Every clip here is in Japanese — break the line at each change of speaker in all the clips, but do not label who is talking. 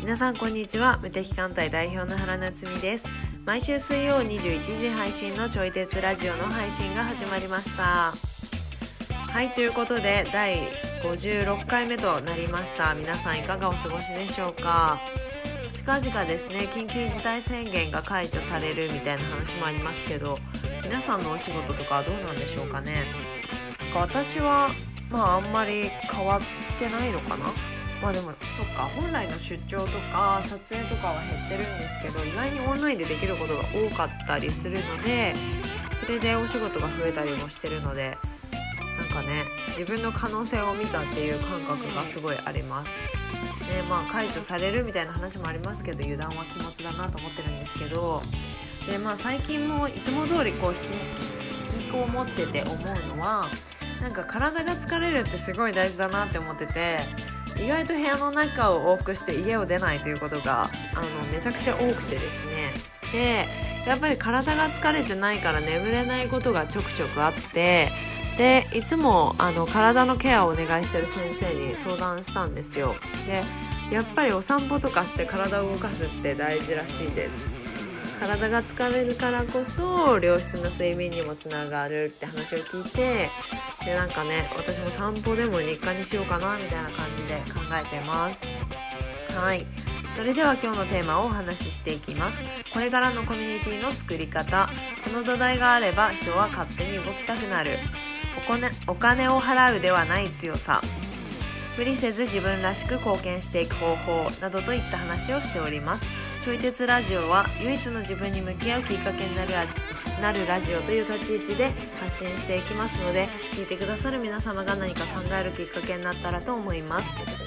皆さんこんにちは無敵艦隊代表の原夏実です毎週水曜21時配信のちょい鉄ラジオの配信が始まりましたはいということで第56回目となりました皆さんいかがお過ごしでしょうか近々ですね緊急事態宣言が解除されるみたいな話もありますけど皆さんのお仕事とかはどうなんでしょうかねなんか私はまああんまり変わってないのかなまあでもそっか本来の出張とか撮影とかは減ってるんですけど意外にオンラインでできることが多かったりするのでそれでお仕事が増えたりもしてるのでなんかね自分の可能性を見たっていう感覚がすごいあります。ねまあ、解除されるみたいな話もありますけど油断は禁物だなと思ってるんですけどで、まあ、最近もいつも通りこう引き引きこもってて思うのはなんか体が疲れるってすごい大事だなって思ってて意外と部屋の中を往復して家を出ないということがあのめちゃくちゃ多くてですねでやっぱり体が疲れてないから眠れないことがちょくちょくあってでいつもあの体のケアをお願いしてる先生に相談したんですよでやっぱりお散歩とかして体を動かすって大事らしいです体が疲れるからこそ良質な睡眠にもつながるって話を聞いてでなんかね私も散歩でも日課にしようかなみたいな感じで考えてますはいそれでは今日のテーマをお話ししていきますこれからのコミュニティの作り方この土台があれば人は勝手に動きたくなるお金お金を払うではない強さ無理せず自分らしく貢献していく方法などといった話をしておりますちょい鉄ラジオは唯一の自分に向き合うきっかけになるなるラジオという立ち位置で発信していきますので聞いてくださる皆様が何か考えるきっかけになったらと思います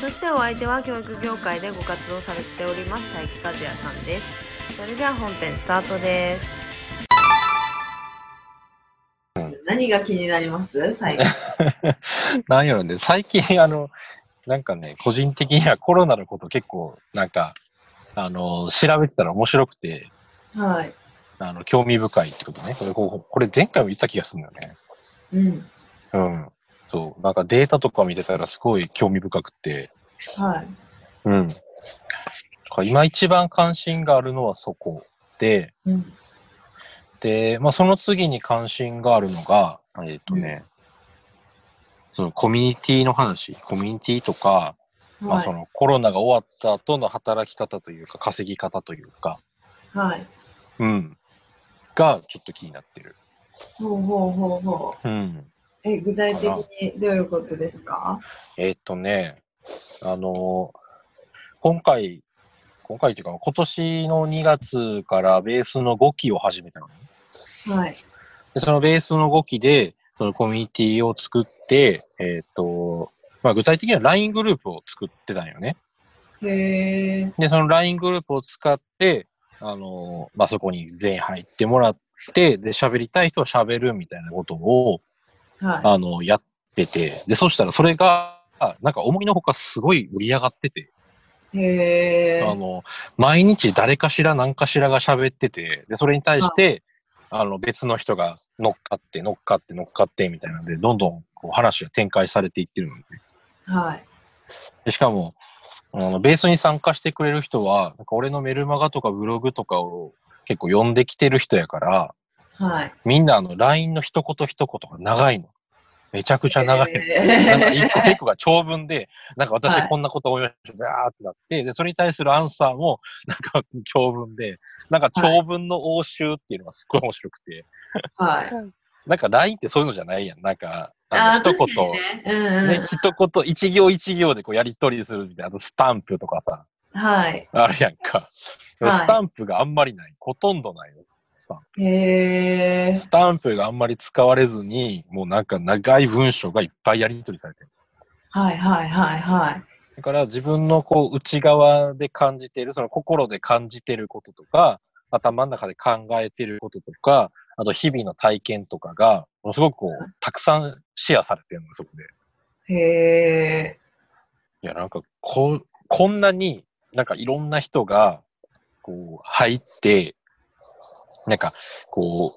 そしてお相手は教育業界でご活動されております佐伯和也さんですそれでは本編スタートです何が気になります最近
なんやろね、最近、あの、なんかね、個人的にはコロナのこと結構、なんか、あの、調べてたら面白くて、
はい
あの、興味深いってことね。これ、こうこれ前回も言った気がするんだよね。
うん
うん。そう。なんかデータとか見てたらすごい興味深くて、
はい
うん。なんか今一番関心があるのはそこで、
うん
で、まあ、その次に関心があるのが、えっ、とね、そのコミュニティの話、コミュニティとか、まあ、
は
そ
い
のコロナが終わった後の働き方というか稼ぎ方というか、
はい
うん、がちょっと気になってる。
ほうほうほうほ
うん、
うえ具体的にどういうことですか
えーっとね、あの今回、今回というか今年の2月からベースの5期を始めたのね。
はい
でそのベースの5期で、そのコミュニティを作って、えーっと、まあ、具体的には LINE グループを作ってたんよね。
へえ
で、その LINE グループを使って、あのまあ、そこに全員入ってもらって、で、喋りたい人は喋るみたいなことを、
は
あの、やってて、で、そしたらそれが、なんか思いのほかすごい盛り上がってて、
いへえ
あの、毎日誰かしら何かしらが喋ってて、で、それに対して、あの、別の人が乗っかって、乗っかって、乗っかって、みたいなので、どんどんこう話が展開されていってるので、
はい
でしかも、あのベースに参加してくれる人は、なんか俺のメルマガとかブログとかを結構読んできてる人やから、
はい
みんなあの LINE の一言一言が長いの。めちゃくちゃ長いの。なんか一個一個が長文で、なんか
は
私
い
こんなこと思いました、ばーってなって、で、それに対するアンサーも、なんか長文で、なんか長文の応酬っていうのがすっごい面白くて、
はい
なんか LINE ってそういうのじゃないやん。なんか、
あ
あの
ー確
一
か
言
に、ねうんうん
ね、一言、一行一行でこうやり取りするみたいな、あとスタンプとかさ、
はい。
あるやんか。でも
はい
スタンプがあんまりない。ほとんどないよ。スタン
へえ
プ。。スタンプがあんまり使われずに、もうなんか長い文章がいっぱいやり取りされてる。
はいはいはいはい。
だから自分のこう内側で感じてる、その心で感じてることとか、頭の中で考えてることとか、あと日々の体験とかが、ものすごくこう、たくさんシェアされてるの、そこで。
へえ。
いや、なんか、こ、こんなに、なんかいろんな人が、こう、入って、なんか、こ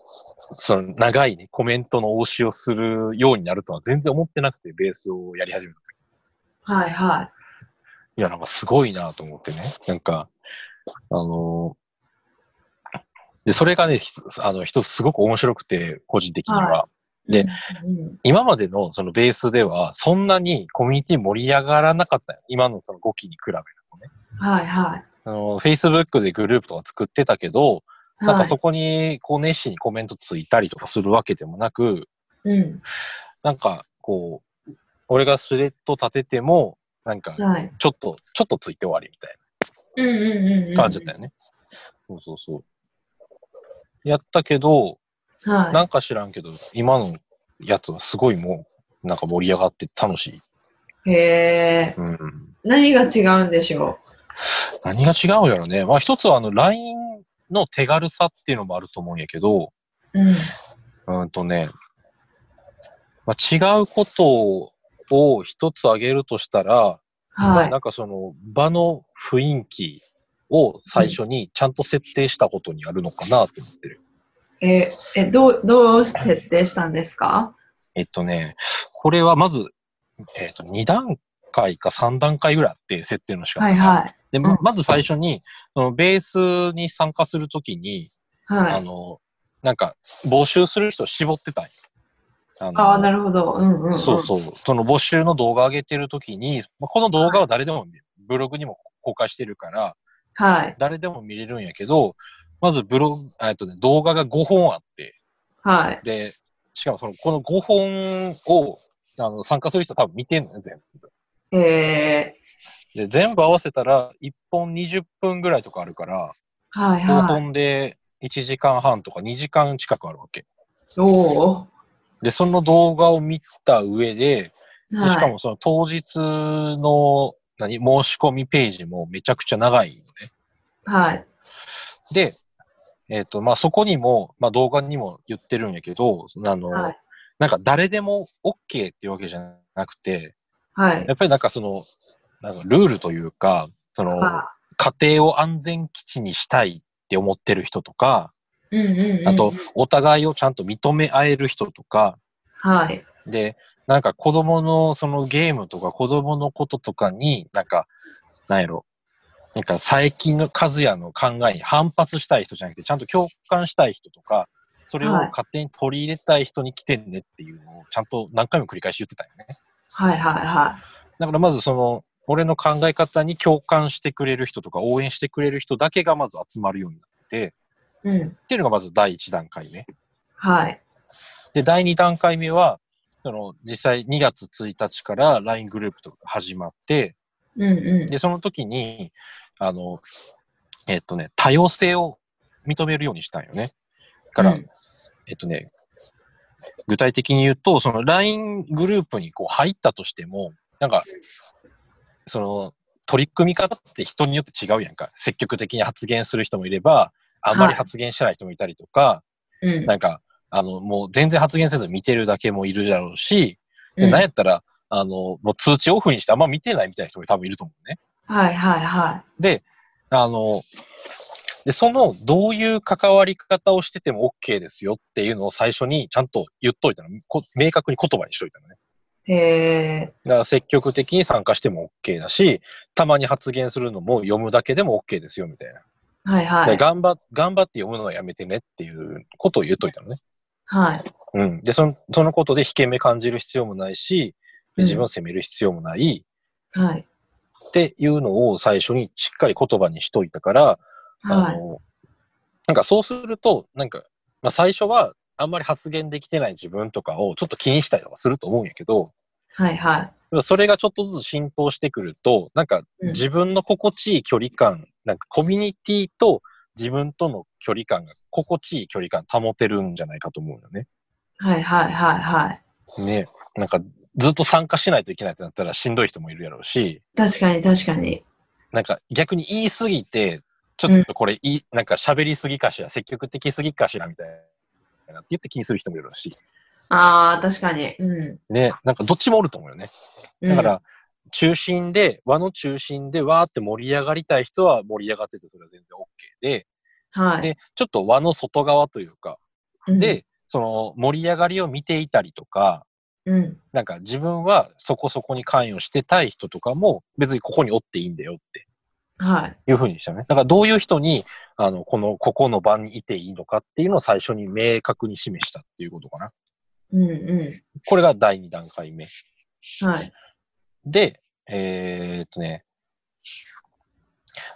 う、その長いね、コメントの応酬をするようになるとは全然思ってなくて、ベースをやり始めた時。
はいはい
や、なんかすごいなと思ってね。なんか、あので、それがね、ひあの、一つすごく面白くて、個人的には。
い。
で
うんうん
今までのそのベースでは、そんなにコミュニティ盛り上がらなかったよ今のその5期に比べるとね。
はいは
あの、Facebook でグループとか作ってたけど、
い。
なん
は
か
い
そこに、こう、熱心にコメントついたりとかするわけでもなく、
うん。
なんか、こう、俺がスレッド立てても、なんか、
はい。
ちょっと、ちょっとついて終わりみたい
うんうんうんうん。
な感じだったよね。そうそうそう。やったけど、
は
なんか知らんけど、今のやつはすごいもう、なんか盛り上がって楽しい。
い。へえ。
うん。
何が違うんでしょ
何が違うんやろね。まあ一つはあの、LINE の手軽さっていうのもあると思うんやけど、
う。うん。
うんとね、まあ、違うことを一つ挙げるとしたら、ま
は
あ
い
な。んかその場の雰囲気を最初にちゃんと設定したことにあるのかなって思ってる。
えー、え、どう、どう設定したんですか
えっとね、これはまず、えっと、2段階か3段階ぐらいあって設定の仕方が。
はいはい。
で
う
ま
ん
まず最初に、そのベースに参加するときに、
は
あ
い。
の、なんか募集する人を絞ってたんよ。あの
ああ、なるほど。うん うん、うん。
そうそう。その募集の動画を上げてるときに、まあこの動画は誰でも見れる。ブログにも公開してるから、
はい。
誰でも見れるんやけど、まずブログ、えっとね、動画が5本あって、
はい。
で、しかもその、この5本を、あの、参加する人多分見てんのよ、全部。
え
で、全部合わせたら、1本20分ぐらいとかあるから、
ー、はい
5
は
本で1時間半とか2時間近くあるわけ。
い。おお。
で、その動画を見た上で、で
はい。
しかもその当日の、何、申し込みページもめちゃくちゃ長いのね。
はい。
で、えっ、と、まあ、そこにも、まあ、動画にも言ってるんやけど、あの、
はい
なんか誰でも OK っていうわけじゃなくて、
はい
や。っぱりなんかその、なんかルールというか、その、
あ
家庭を安全基地にしたいって思ってる人とか、
うんうんうん。
あと、、お互いをちゃんと認め合える人とか、
はい。
で、なんか子供のそのゲームとか子供のこととかに、なんか、なんやろ、なんか最近の和也の考えに反発したい人じゃなくて、ちゃんと共感したい人とか、それを
はい
勝手に取り入れたい人に来てねっていうのをちゃんと何回も繰り返し言ってたよね。
はいはいは
だからまずその、俺の考え方に共感してくれる人とか応援してくれる人だけがまず集まるようになって、
い。うん。
っていうのがまず第一段階ね。
はい。
で、第2段階目は、その実際2月1日から LINE グループとか始まって、
うんうん。
で、その時に、あの、えっとね、多様性を認めるようにしたんよね。だから、
うん
えっとね、具体的に言うと、その LINE グループにこう入ったとしても、なんか、その、取り組み方って人によって違うやんか。積極的に発言する人もいれば、あんまり発言しない人もいたりとか、
うん。
なんか、あの、もう全然発言せず見てるだけもいるだろうし、で、なんやったら、あの、もう通知オフにしてあんま見てないみたいな人も多分いると思うね。
はいはいは
で、あの、で、その、どういう関わり方をしてても OK ですよっていうのを最初にちゃんと言っといたの。こ明確に言葉にしといたのね。
い。え
だから積極的に参加しても OK だし、たまに発言するのも読むだけでも OK ですよみたいな。
ー、はいは
で
い。
頑張っ頑張って読むのはやめてねっていうことを言っといたのね。
はい。
うん。で、その、そのことで引け目感じる必要もないし、
うん
で自分を責める必要もない
はい。
っていうのを最初にしっかり言葉にしといたから、
は
あ
い。
の、なんかそうすると、なんか、まあ最初はあんまり発言できてない自分とかをちょっと気にしたりとかすると思うんやけど、
はいはい。
でもそれがちょっとずつ浸透してくると、なんか
うん
自分の心地いい距離感、なんかコミュニティと自分との距離感が心地いい距離感保てるんじゃないかと思うよね。
はいはいはいはい。
ね、なんかずっと参加しないといけないってなったらしんどい人もいるやろうし、
確かに確かに。
なんか逆に言いすぎて、ちょっとこれいい、なんか喋りすぎかしら、積極的すぎかしらみたいなって言って気にする人もいるやろうし、
ああ、確かに。うん。
ね、なんかどっちもおると思うよね。
うん
だから、、中心で、輪の中心でわーって盛り上がりたい人は盛り上がっててそれは全然 OK で、
はい。
で、ちょっと輪の外側というか、
うん、
で、その盛り上がりを見ていたりとか、
うん。
なんか自分はそこそこに関与してたい人とかも別にここにおっていいんだよって
はい。
いうふうにしたね。だからどういう人に、あの、この、ここの場にいていいのかっていうのを最初に明確に示したっていうことかな。
うんう
これが第2段階目。
ん。はい。
で、えーっとね。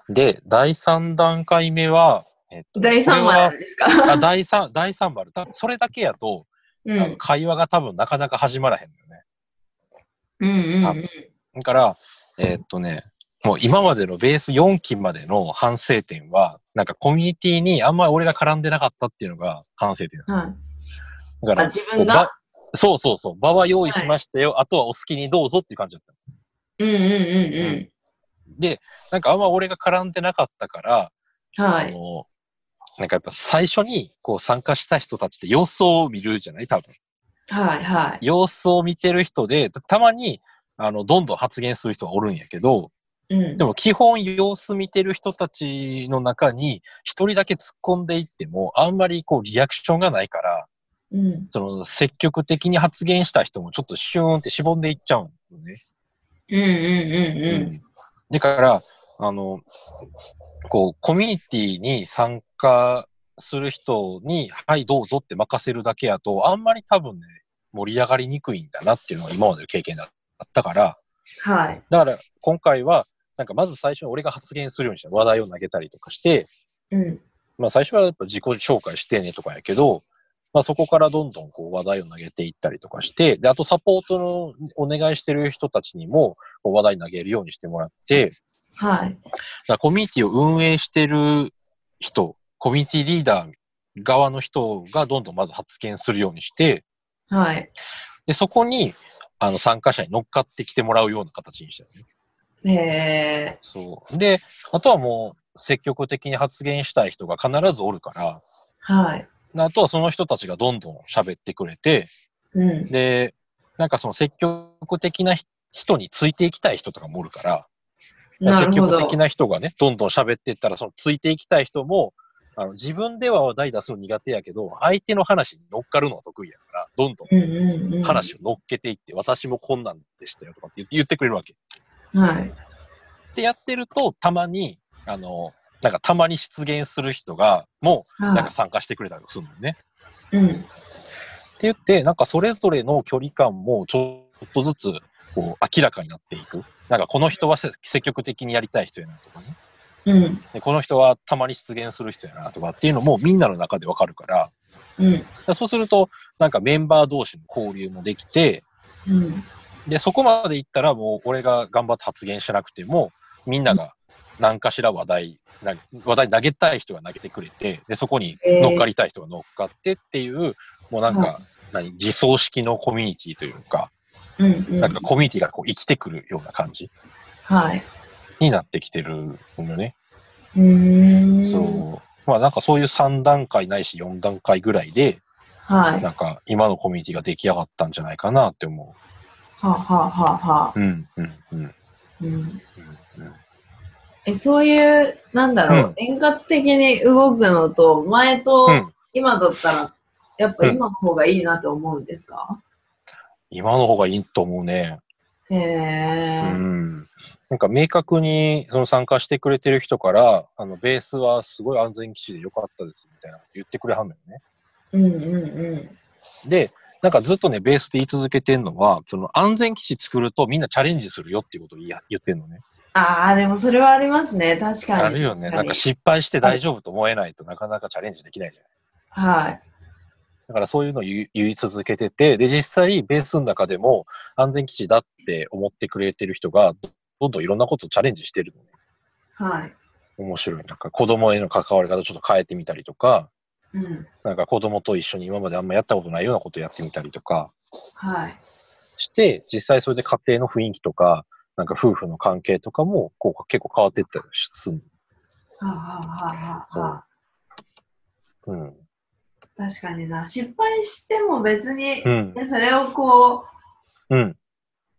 で、第3段階目は、えっと
第3
ねこれ
話
は
なんですか。
あ第3、第3バル。多分それだけやと、
う
あ
ん。
の会話が多分なかなか始まらへんのよね。
うんうん
あだから、えーっとね、もう今までのベース4期までの反省点は、なんかコミュニティにあんまり俺が絡んでなかったっていうのが反省点で
う
す。
ん。はい。
だか
あ、
ら、
自分
こう
が。
ばそうそうそう、場は用意しましたよ、あとはお好きにどうぞっていう感じだった。
うんうんうん
で、なんかあんま俺が絡んでなかったから、
うん。は
あ
い。
の、なんかやっぱ最初にこう参加した人たちって様子を見るじゃない多分。
はいはい。
様子を見てる人で、たたまに、あの、どんどん発言する人がおるんやけど、
うん
で。も基本様子見てる人たちの中に、一人だけ突っ込んでいっても、あんまりこうリアクションがないから、
うん。
その積極的に発言した人もちょっとシューンってしぼんでいっちゃうんだよね。
うんうん
だから、あの、こう、コミュニティに参加する人に、はい、どうぞって任せるだけやと、あんまり多分ね、盛り上がりにくいんだなっていうのが今までの経験だったから、
うん。はい。
だから今回は、なんかまず最初に俺が発言するようにした話題を投げたりとかして、
うん。
まあ最初はやっぱ自己紹介してねとかやけど、まあそこからどんどんこう話題を投げていったりとかして、で、あとサポートのお願いしてる人たちにもこう話題投げるようにしてもらって、
はい。
だからコミュニティを運営してる人、コミュニティリーダー側の人がどんどんまず発言するようにして、
はい。
でそこにあの参加者に乗っかってきてもらうような形にしたよね。
へえ。
そう。で、あとはもう積極的に発言したい人が必ずおるから、
はい。
であとはその人たちがどんどん喋ってくれて、
うん。
で、なんかその積極的な人についていきたい人とかもおるから、
なる
積
ほ
極
ど
的。な人がね、どんどん喋っていったら、そのついていきたい人も、あの自分では話題出すの苦手やけど、相手の話に乗っかるのは得意やから、どんど
うん
ん
うんうん。
話を乗っけていって、私もこんなんでしたよとかって言って言ってくれるわけ。
はい。
で、やってると、たまに、あの、なんかたまに出現する人が、もう、なんか
は
参加してくれたりするのね。
い。うん。
って言って、なんかそれぞれの距離感もちょっとずつ、こう、明らかになっていく。なんかこの人はせ積極的にやりたい人やなとかね。
うん。
でこの人はたまに出現する人やなとかっていうのもみんなの中でわかるから、
うん。
でそうすると、なんかメンバー同士の交流もできて、
うん。
で、そこまで行ったらもう俺が頑張って発言しなくても、みんなが何かしら話題、な話題投げたい人が投げてくれて、で、そこに乗っかりたい人が乗っかってっていう、もうなん
は
か、何、自走式のコミュニティというか、
うん。う
なん
ん
か。コミュニティがこう生きてくるような感じ
はい。
になってきてるんよね。
うーん。
そう。まあなんかそういう3段階ないし4段階ぐらいで、
はい。は
なんか今のコミュニティが出来上がったんじゃないかなって思
あはあはあはあ
う。うん、うん、う
う
ん。
ん。
うんうん
え、そういう、なんだろう、円滑的に動くのと、前と
うん
今だったら、やっぱ今の方がいいなと思うんですか、
今の方がいいと思うね。
へ
う
え、
ん。なんか明確にその参加してくれてる人から、あの、ベースはすごい安全基地でよかったですみたいなこと言ってくれはんのよね。
うんうん
で、なんかずっとね、ベースで言い続けてんのは、その安全基地作るとみんなチャレンジするよっていうことを言い言ってんのね。
ああ、でもそれはありますね。確かに。
あるよね。
確か
なん
に
か失敗して大丈夫と思えないとなかなかチャレンジできないじゃん。
はい。
だからそういうのを言い言い続けてて、で、実際ベースの中でも安全基地だって思ってくれてる人が、どんどんいろんなことをチャレンジしてるのね。
はい。
面白い。なんか子供への関わり方ちょっと変えてみたりとか、
うん。
なんか子供と一緒に今まであんまやったことないようなことやってみたりとか
はい。
して、実際それで家庭の雰囲気とか、なんか夫婦の関係とかもこう結構変わっていったりする。
はあ、はあはあはあはあ、
うん。
確かにな。失敗しても別に、
うん。
ねそれをこう、
うん。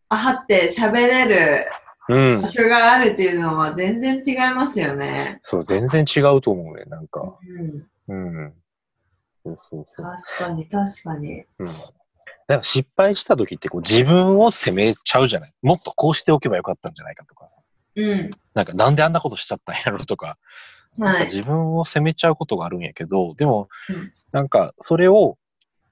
あはって喋れる
うん
場。所があるっていうのは全然違いますよね。
そう、全然違うと思うね、なんか。
うん、
うん。そうそうそう。
確かに確かに。
うん。なんか失敗した時ってこう自分を責めちゃうじゃないもっとこうしておけばよかったんじゃないかとかさ。
うん。
なんかなんであんなことしちゃったんやろとか、なん
は
か
い。
自分を責めちゃうことがあるんやけど、でも
うん、
なんかそれを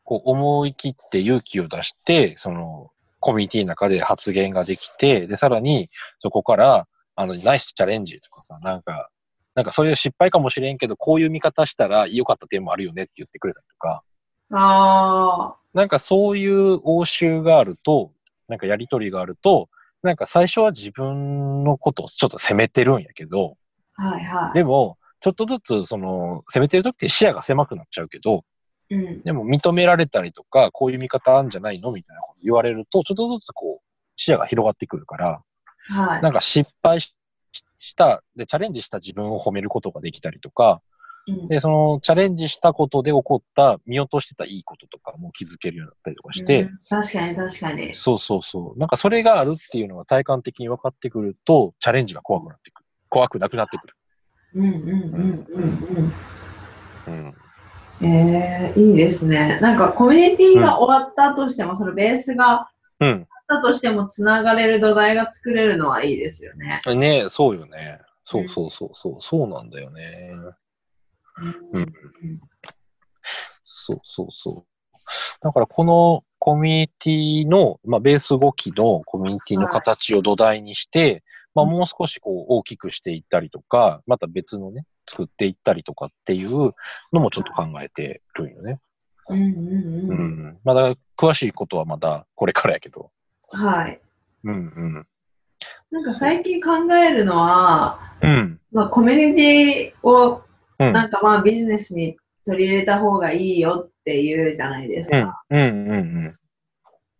こう思い切って勇気を出して、そのコミュニティの中で発言ができて、で、さらにそこから、あの、ナイスチャレンジとかさ、なんか、なんかそういう失敗かもしれんけど、こういう見方したら良かった点もあるよねって言ってくれたりとか、
ああ。
なんかそういう応酬があると、なんかやりとりがあると、なんか最初は自分のことをちょっと責めてるんやけど、
はいは
でも、ちょっとずつ、その、攻めてる時って視野が狭くなっちゃうけど、
い。うん。
でも認められたりとか、こういう見方あんじゃないのみたいなこと言われると、ちょっとずつこう、視野が広がってくるから、
はい。
なんか失敗しした、で、チャレンジした自分を褒めることができたりとか、
うん
で、その、チャレンジしたことで起こった、見落としてたいいこととかも気づけるようになったりとかして、
うん確かに確かに。
そうそうそう、なんかそれがあるっていうのが体感的に分かってくると、チャレンジが怖くなってくる。怖くなくなってくる。
うんうんうん
うん。
うんうん。えー、いいですね。なんかコミュニティが終わったとしても、そのベースが
うん。
あったとしても、つながれる土台が作れるのはいいですよね。
ねそうよね。そううんそうそうそう、そうなんだよね。うんそうそうそう。だからこのコミュニティの、まあ、ベース5期のコミュニティの形を土台にして、まあ、もう少しこう大きくしていったりとか、また別のね、作っていったりとかっていうのもちょっと考えてるよね。
うんうんう
う
んうん。
ん。まあだから詳しいことはまだこれからやけど。
はい。
うんうん。
なんか最近考えるのは、
うん。
まあ、コミュニティを
うん。
なんかまあビジネスに取り入れた方がいいよっていうじゃないです
う
か。
ん。うん。うん。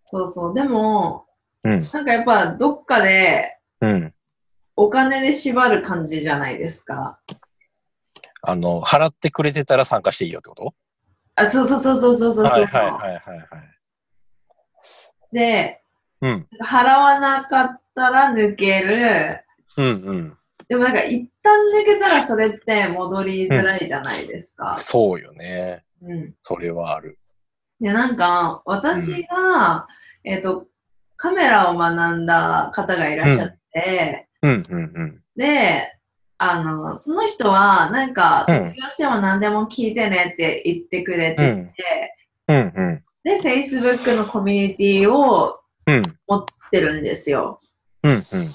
そうそう。でも、
うん。
なんかやっぱどっかで
うん。
お金で縛る感じじゃないですか。
あの、払ってくれてたら参加していいよってこと
あ、そうそうそうそうそうそうそう、
はいはいはいはいはい。
で、
うん。
払わなかったら抜ける。
うんうん。
でもなんか一旦抜けたらそれって戻りづらいじゃないですか。
そうよね。
うん。
それはある。
で、なんか私が、えっ、と、カメラを学んだ方がいらっしゃって、
うんうん
で、あの、その人は、なんか、
うん
卒業しても何でも聞いてねって言ってくれ
うん。う
て
ん。
て、
うんうん。
で、Facebook のコミュニティを
うん
持ってるんですよ。
うんうん。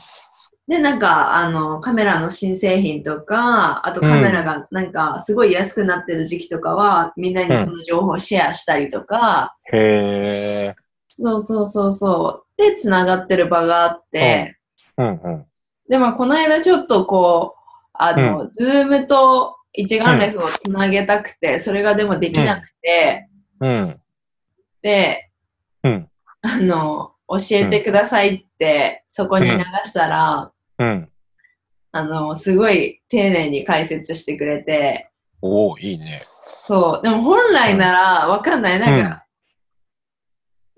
で、なんか、あの、カメラの新製品とか、あとカメラがなんか、すごい安くなってる時期とかは、みんなにその情報をシェアしたりとか、
へえ。
そうそうそうそう、で、つながってる場があって、
うんうん。
で、まあ、この間ちょっとこう、あの、ズームと一眼レフをつなげたくて、それがでもできなくて、
うん。
で、
うん。
あの、教えてくださいって、そこに流したら、
うん。
あの、すごい丁寧に解説してくれて、
おおいいね。
そう、でも本来ならわかんない、なんか、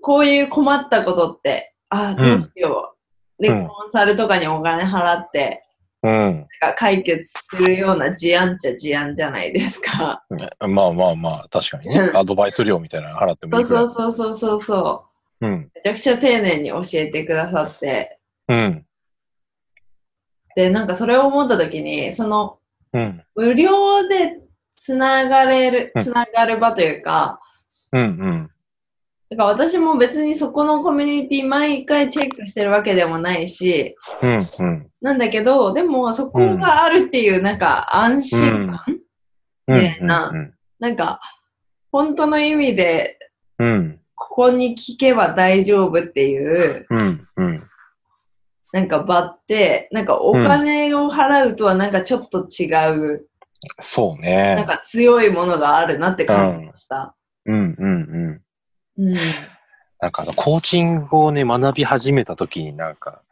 こういう困ったことって、ああ、どうしよう。で、
うん
コンサルとかにお金払って、
うん。
なんか解決するような事案っちゃ事案じゃないですか。
ねまあまあまあ、確かにね
う。ん
アドバイス料みたいなの払っても
そ
いういぐら
そ
い
そ
う
うそうそうそう。
うん。
めちゃくちゃ丁寧に教えてくださって。
うん。
で、なんかそれを思った時に、その、
うん。
無料でつながれる
う、ん
つながる場というか、
うんうん。
だから私も別にそこのコミュニティ毎回チェックしてるわけでもないし、
うんうん。
なんだけど、でもそこがあるっていうなんか安心感、
うん
ねえななんか本当の意味で
うん。
ここに聞けば大丈夫っていう
うんうん。
なんか場って、なんかお金を払うとはなんかちょっと違う、
そう
なん
ね。
か強いものがあるなって感じました。
うんうんうん。
うん。
なんかあの、コーチングをね、学び始めた時になんか、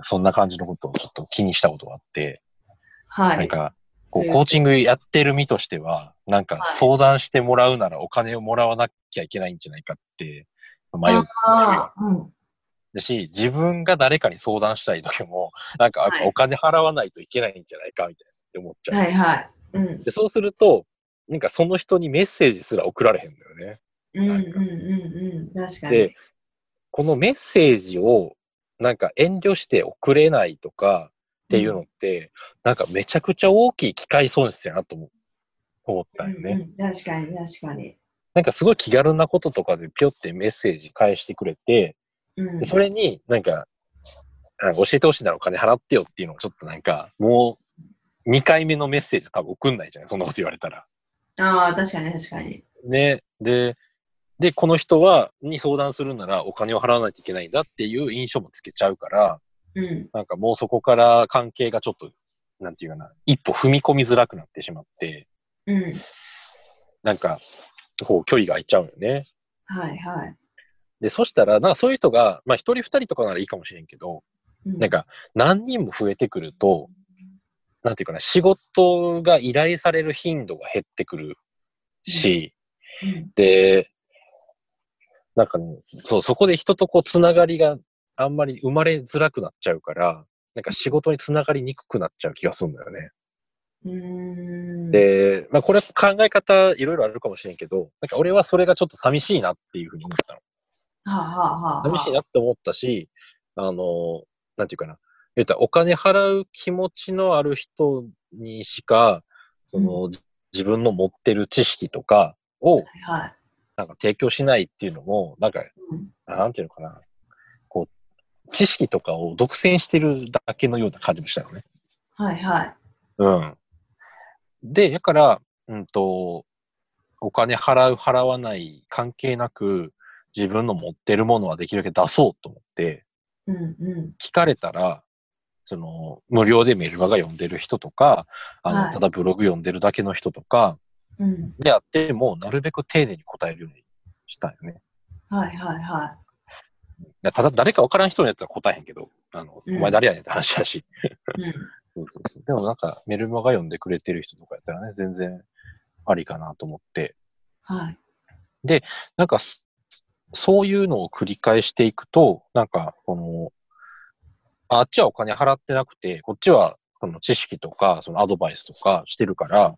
そんな感じのことをちょっと気にしたことがあって、
は
なん
い。
か、こ
と
う
いう
コーチングやってる身としては、なんか
はい
相談してもらうならお金をもらわなきゃいけないんじゃないかって迷う。
あーうん
だし、自分が誰かに相談したい時も、なんか、
はい
お金払わないといけないんじゃないか、みたいなって思っちゃう。
はいはい。うん。
でそうすると、なんかその人にメッセージすら送られへんだよね。
うんうん
なんか
うんうん。確かに
で。、このメッセージをなんか遠慮して送れないとかっていうのって、なんかめちゃくちゃ大きい機会損失やなと思思ったよね、
うんうん確かに確かに。
なんかすごい気軽なこととかでピョってメッセージ返してくれて、
うん。
でそれになんか、あ教えてほしいならお金払ってよっていうのをちょっとなんか、もう2回目のメッセージ多分送んないじゃないそんなこと言われたら。
ああ、確かに確かに。
ね、で、で、この人は、に相談するならお金を払わないといけないんだっていう印象もつけちゃうから、
うん。
なんかもうそこから関係がちょっと、なんていうかな、一歩踏み込みづらくなってしまって、
うん。
なんか、こう、距離が空いちゃうよね。
はいはい。
で、そしたら、なんかそういう人が、まあ一人二人とかならいいかもしれんけど、
う
なん、か何人も増えてくると、なんていうかな、仕事が依頼される頻度が減ってくるし、
うん
で、なんかね、そう、そこで人とこう、つながりがあんまり生まれづらくなっちゃうから、なんか仕事につながりにくくなっちゃう気がするんだよね。
うーん。
で、まあ、これ考え方いろいろあるかもしれんけど、なんか俺はそれがちょっと寂しいなっていうふうに思ったの。
はあ、はあはあ、
寂しいなって思ったし、あの、なんていうかな。言ったらお金払う気持ちのある人にしか、その、
う
じ自分の持ってる知識とかを
はいはい。
なんか提供しないっていうのも、なんか、
うん
なんていうのかな。こう、知識とかを独占してるだけのような感じもしたよね。
はいはい。
うん。で、だから、うんと、お金払う、払わない、関係なく、自分の持ってるものはできるだけ出そうと思って、
うんう
聞かれたら、その、無料でメルマガ読んでる人とか、あの、
はい
ただブログ読んでるだけの人とか、
ん。うん。
であっても、なるべく丁寧に答えるようにしたんよね。
はいはいはい
やただ、誰かわからん人のやつは答えへんけど、あの、
うん
お前誰やねんって話だし。
い。うん。
そうそうそう。でもなんか、メルマガ読んでくれてる人とかやったらね、全然ありかなと思って。
はい。
なんかそ、そういうのを繰り返していくと、なんか、この、ああっちはお金払ってなくて、こっちはその知識とか、そのアドバイスとかしてるから、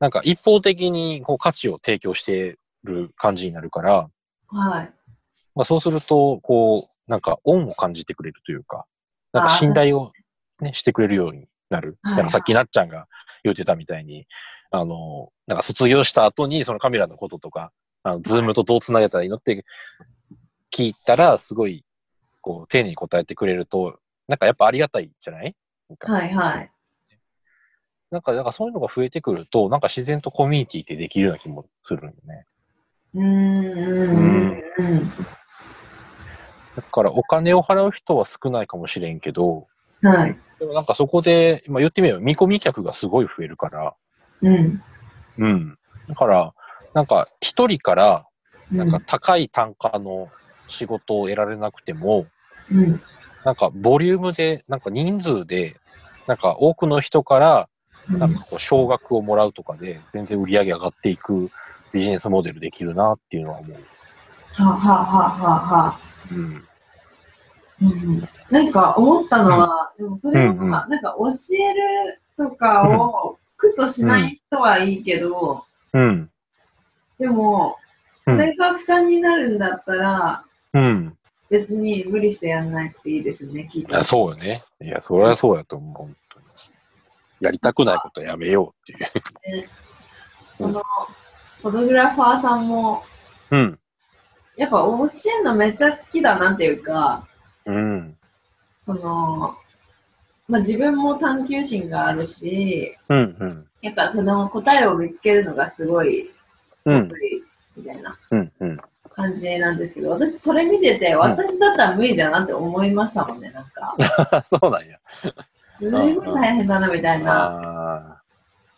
なんか一方的にこう価値を提供してる感じになるから、
はい。
まあ、そうすると、こう、なんか恩を感じてくれるというか、なんか
あー
信頼を、ね、してくれるようになる。
はい
だからさっきなっちゃんが言ってたみたいに、あの、なんか卒業した後にそのカメラのこととか、あのズームとどうつなげたらいいのって聞いたら、すごい、こう、丁寧に答えてくれると、なんかやっぱありがたいじゃないなんか、
はいはい。
なんか、なんかそういうのが増えてくると、なんか自然とコミュニティってできるような気もするんよね。
うーんうんうん
だからお金を払う人は少ないかもしれんけど、
うん。はい。
でもなんかそこで、まあ、言ってみれば見込み客がすごい増えるから、
うん。
うん。だから、なんか一人から
う
なんか高い単価の仕事を得られなくても、
うん。
なんかボリュームで、なんか人数で、なんか多くの人から
うん
なんかこう少額をもらうとかで全然売り上げ上がっていくビジネスモデルできるなっていうのは思う。
はあはあはあはあはあ。
うん。
うんなんか思ったのは、でもそれは、まあなんか教えるとかを苦としない人はいいけど、
うん。
でも、それが負担になるんだったら、
うん。
別に無理してやんなくていいですよね、きっ
い
と
や、。そうよね。いや、それはそうやと思う。本当に。やりたくないことはやめようっていう。
その、フォトグラファーさんも、
うん。
やっぱ教えるのめっちゃ好きだなっていうか、
うん。
その、まあ自分も探求心があるし、
うん。うん。
やっぱその答えを見つけるのがすごい、
うん、
みたいな。
うん、うん。
感じなんですけど、私それ見てて、私だったら無理だなって思いましたもんね、なん か。
そうなんや。
すごい大変だな、みたいな。
あ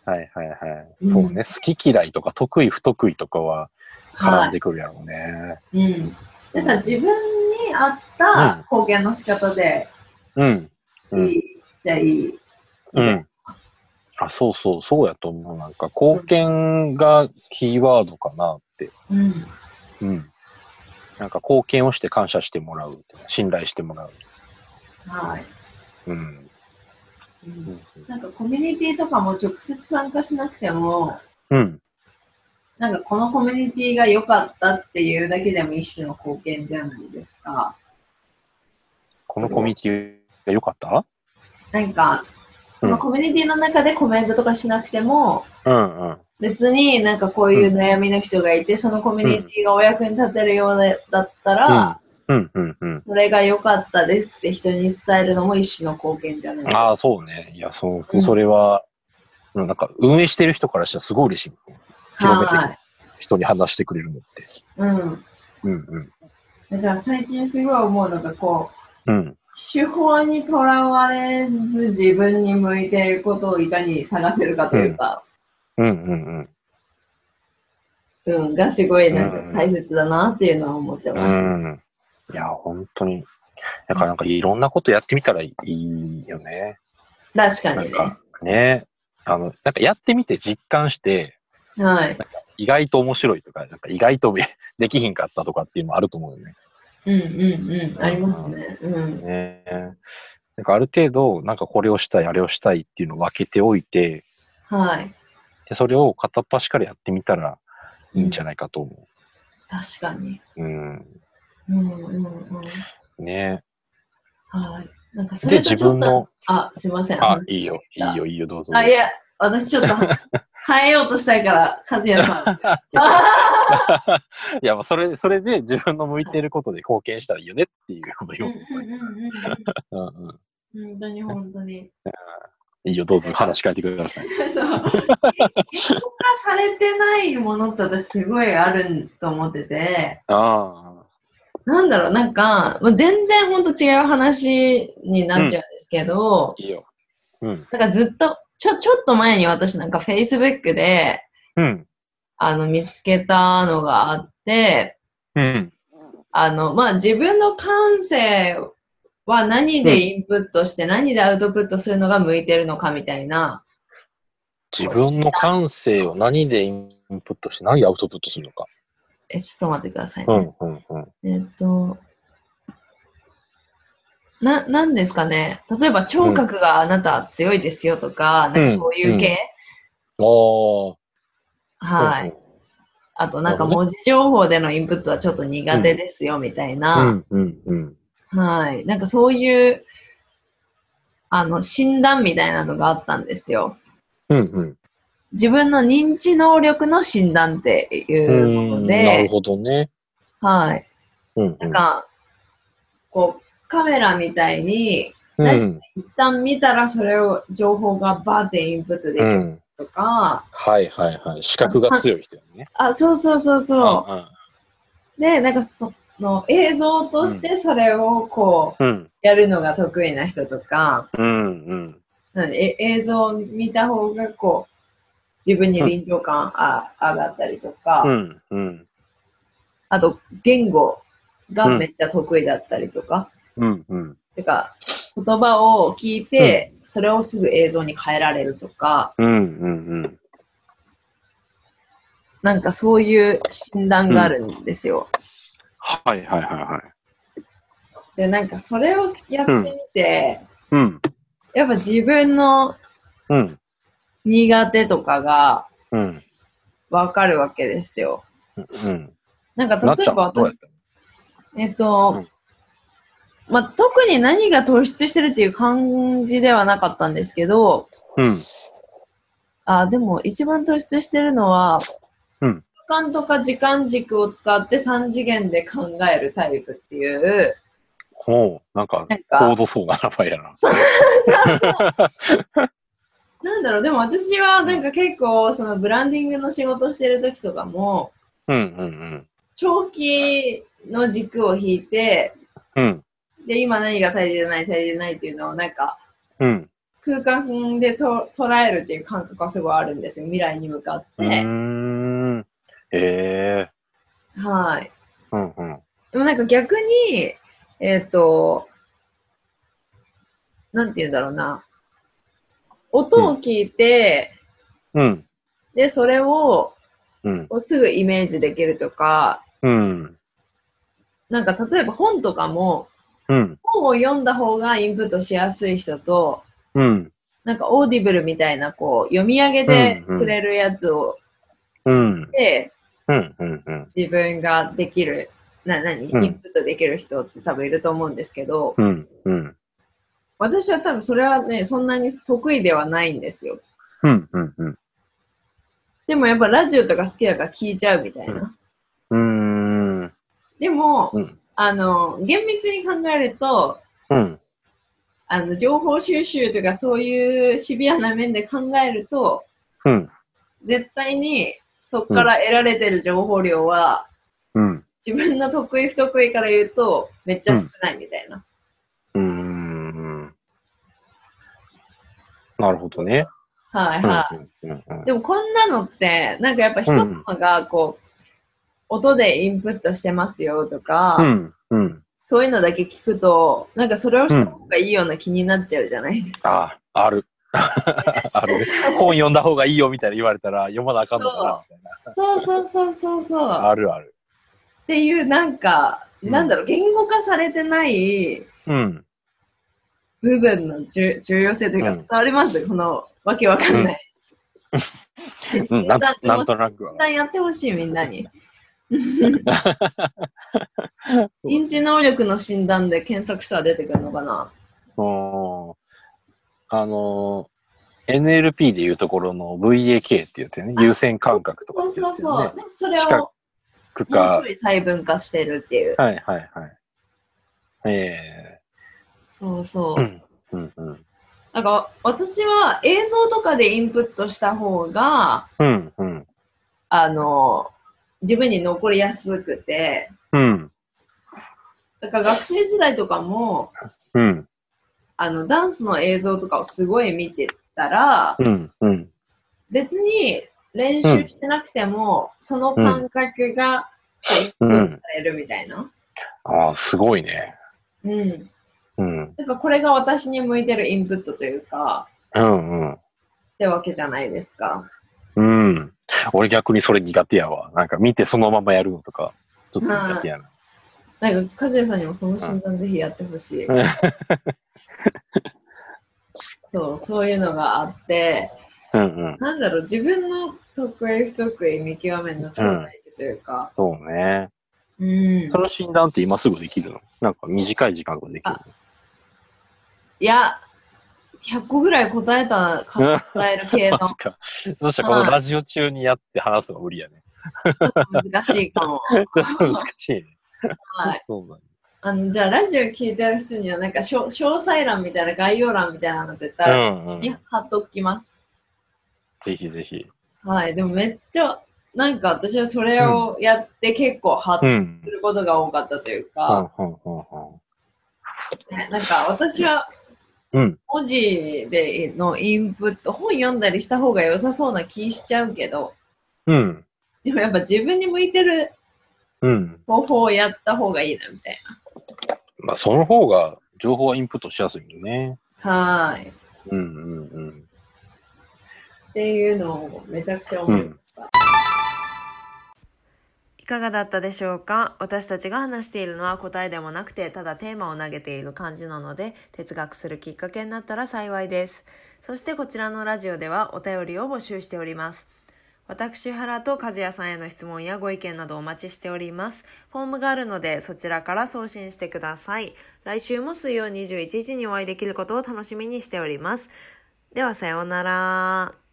あ。はいはいはい。
うん
そうね。好き嫌いとか得意不得意とかは絡んでくるやろうね。
い。うん。だから自分に合った貢献の仕方で、
うん。う
い
ん。
い、じゃあいい。
うん。あ、そうそう、そうやと思う。なんか、貢献がキーワードかなって。
うん。
うん。なんか貢献をして感謝してもらう、信頼してもらう。
はい。
うん。
う
うんん。
なんかコミュニティとかも直接参加しなくても、
うん。
なんかこのコミュニティが良かったっていうだけでも一種の貢献じゃないですか。
このコミュニティが良かった
なんか、そのコミュニティの中でコメントとかしなくても、
うんうん。
別になんかこういう悩みの人がいて、そのコミュニティがお役に立てるようでだったら、
うんうんうん。
それが良かったですって人に伝えるのも一種の貢献じゃないですか。
ああ、そうね。いや、そうう、
ん
それは、うんなんか運営してる人からしたらすごい嬉しい。広めて
はい。
人に話してくれるのって。
うん。
うんうん。
だから最近すごい思うのが、こう、
うん。
手法にとらわれず自分に向いていることをいかに探せるかというか、
うんうん
うん、がすごいなんか大切だなっていうのは思って
う
ます。
ん。うん。いや、本当に。だからなんかいろんなことやってみたらいいよね。
確か
な
に
ん
ね。
かね。あの、なんかやってみて実感して、
はい。
意外と面白いとか、なんか意外とめ できひんかったとかっていうのもあると思うよね。
うんうんうん。ありますね。うん。
ねなんかある程度、なんかこれをしたい、あれをしたいっていうのを分けておいて、
はい。
でそれを片っ端からやってみたらいいんじゃないかと思
確かに。
う。うん。
うんうんうん。
ね
はい。なんかそれとちょっ
で自分の
と、あ、すいません。
あ、いいよ、いいよ、いいよ、どうぞ。
あ、いや、私ちょっと話変えようとしたいから、和也 さん。
いや、まあそれ、それで自分の向いてることで貢献したらいいよねっていうこと
うん
言
う
お
ん
うと
うん
思っ
うん
たうんうん
うん。本当に本当に。
いいよ、どうぞ、話変えてください。
そう。言語化されてないものって私すごいあると思ってて、
あ
なんだろう、なんか、もう全然ほんと違う話になっちゃうんですけど、
いいよ。うん。
なんかずっと、ちょ、ちょっと前に私なんか Facebook で、
うん。
あの、見つけたのがあって、
うん。
あの、まあ、自分の感性は何でインプットして何でアウトプットするのが向いてるのかみたいな、
自分の感性を何でインプットして何でアウトプットするのか。
え、ちょっと待ってくださいね。
うん、うん、うん。
えっと、な、なんですかね。例えば、聴覚があなた強いですよとか、なんかそういう系、
おー。
はい、あと、なんか文字情報でのインプットはちょっと苦手ですよみたいうな。
ん。うん、うん、
はい。なんかそういう、あの、診断みたいなのがあったんですよ。
うん。うん、
自分の認知能力の診断って
う
いうも
ん。
の
なる
で、
ほどね。
はい。
うん。
なんか、こう、カメラみたいに、
うん、うん。
一旦見たらそれを情報がバーってインプットでき
う
る
ん。
とか、
はい、はい、はい。視覚が強い人よね。
あそうそうそうそ
うん
うでなんかその映像としてそれをこう
うん。
やるのが得意な人とか
うん、うん。
なんでえ映像を見た方がこう自分に臨場感あ上がったりとか、
うん、うん。
あと言語がめっちゃ得意だったりとか、
うん、うん。
てか言葉を聞いてそれをすぐ映像に変えられるとか
うん、うん、うん。
なんかそういう診断があるんですよ。
はい、はい、はい、はい。
でなんかそれをやってみて、
うん、
やっぱ自分の
うん、
苦手とかが
うん。
わかるわけですよ。
うん。
なんか
なっ
例
ちゃ
え
ん
ば
はどうやっ
私、えっと、
うん
まあ、特に何が突出してるっていう感じではなかったんですけど、
うん。
あでも一番突出してるのは、
うん
時間とか時間軸を使って3次元で考えるタイプっていう、
ほう、なんか
なん、か
高度そうな名前やな。
なんだろう、でも私はなんか結構そのブランディングの仕事してる時とかも、
うん、うん、
長期の軸を引いて、
うん。うん、
で、今何が足りてない、足りてないっていうのをなんか
うん。
空間でと捉えるっていう感覚はすごいあるんですよ。未来に向かっ
う
て。
ーん。ええ。
はい。
うん、うん。
でもなんか逆に、えっ、と、なんて言うんだろうな。音を聞いて、
うん、
で、それを
うん、
こうすぐイメージできるとか、
うん。
なんか例えば本とかも、
うん。
本を読んだ方がインプットしやすい人と、
うん。
なんかオーディブルみたいなこう読み上げてくれるやつを
うん。
で
うん。うん。うん。
自分ができる、な、何イ
うん
ンプットできる人って多分いると思うんですけど、
うん。うん。
私は多分それはね、そんなに得意ではないんですよ。
うん。うん。うん。
でもやっぱラジオとか好きだから聞いちゃうみたいな。
うーん。
でも、
うん
あの、厳密に考えると、
うん。
あの、情報収集とかそういうシビアな面で考えると、
うん。
絶対にそこから得られてる情報量は、
うん。
自分の得意不得意から言うと、めっちゃ少ないみたいな。
うーん。なるほどね。
はい
うん
はい。
うんうん
でもこんなのって、なんかやっぱ人様がこう、音でインプットしてますよとか、
うん。うん。
そういうのだけ聞くと、なんかそれをした方がいいような気になっちゃうじゃないですか。
ああ、ある。 あるね。本読んだ方がいいよみたいな言われたら読まなあかんのかなみたいな。
そうそうそうそうそう。っ
あるある。
ていうなんか、
うん
なんだろう、言語化されてない
うん。
部分の重重要性というか
うん
伝わります、このわけわかんない。し
う
診
ん、なん
断
なんとなくは
診。断やってほしいみんな に。
そう
認知能力の診断で検索したら出てくるのかな。
うんあのー、NLP でいうところの VAK ってやつよね。
あ
優先感覚とか
そう
って
そ
や
う
つ
そ
よ
うで
ね。。
それを
近
も
区
うち
か
ょ。い細分化してるっていう。
はいはいはい。え
そう
え
そう。
うんうんうん。
なんか私は映像とかでインプットした方が、
うんうん。
あの、自分に残りやすくて、
うん
だから学生時代とかも、
うん
あの、ダンスの映像とかをすごい見てたら、
うんうん。
別に練習してなくても、その感覚が、インプットされるみたいな。
ああ、すごいね。
うん。
うん
やっぱこれが私に向いてるインプットというか、
うんうん。
ってわけじゃないですか。
うん。俺逆にそれ苦手やわ。なんか見てそのままやるのとか、ちょっと苦手やな。
なんか、和也さんにもその診断ぜひやってほしい。そう、そういうのがあって、
うんうん。
なんだろう、自分の得意不得意見極めるの超大事というか、
そうね。
うん
その診断って今すぐできるのなんか短い時間ができるの
いや、100個ぐらい答えた、答える系の
マジか。そしたらこのラジオ中にやって話すのが無理やね。
難しいかも。
ちょっと難しいね。
はい。
そうなんだ
あの、じゃあ、ラジオ聞いてる人には、なんか、しょ詳細欄みたいな、概要欄みたいなの絶
う
対
んうん
に。貼っときます。
ぜひぜひ。
はい、でもめっちゃ、なんか私はそれをやって結構ハッ
う
と
ん。
することが多かったという
うん
か、
うんうんうん。
ねなんか私は
うん。
文字でのインプット、本読んだりした方が良さそうな気しちゃうけど、
うん。
でもやっぱ自分に向いてる
うん。
方法をやった方がいいなみたい
まあ、その方が情報はインプットしやすいよね。
な。はーい。
うんうんうん。
っていうのをめちゃくちゃ思いました。
いかがだったでしょうか私たちが話しているのは答えでもなくて、ただテーマを投げている感じなので、哲学するきっかけになったら幸いです。そしてこちらのラジオではお便りを募集しております。私原と和也さんへの質問やご意見などお待ちしております。フォームがあるのでそちらから送信してください。来週も水曜21時にお会いできることを楽しみにしております。ではさようなら。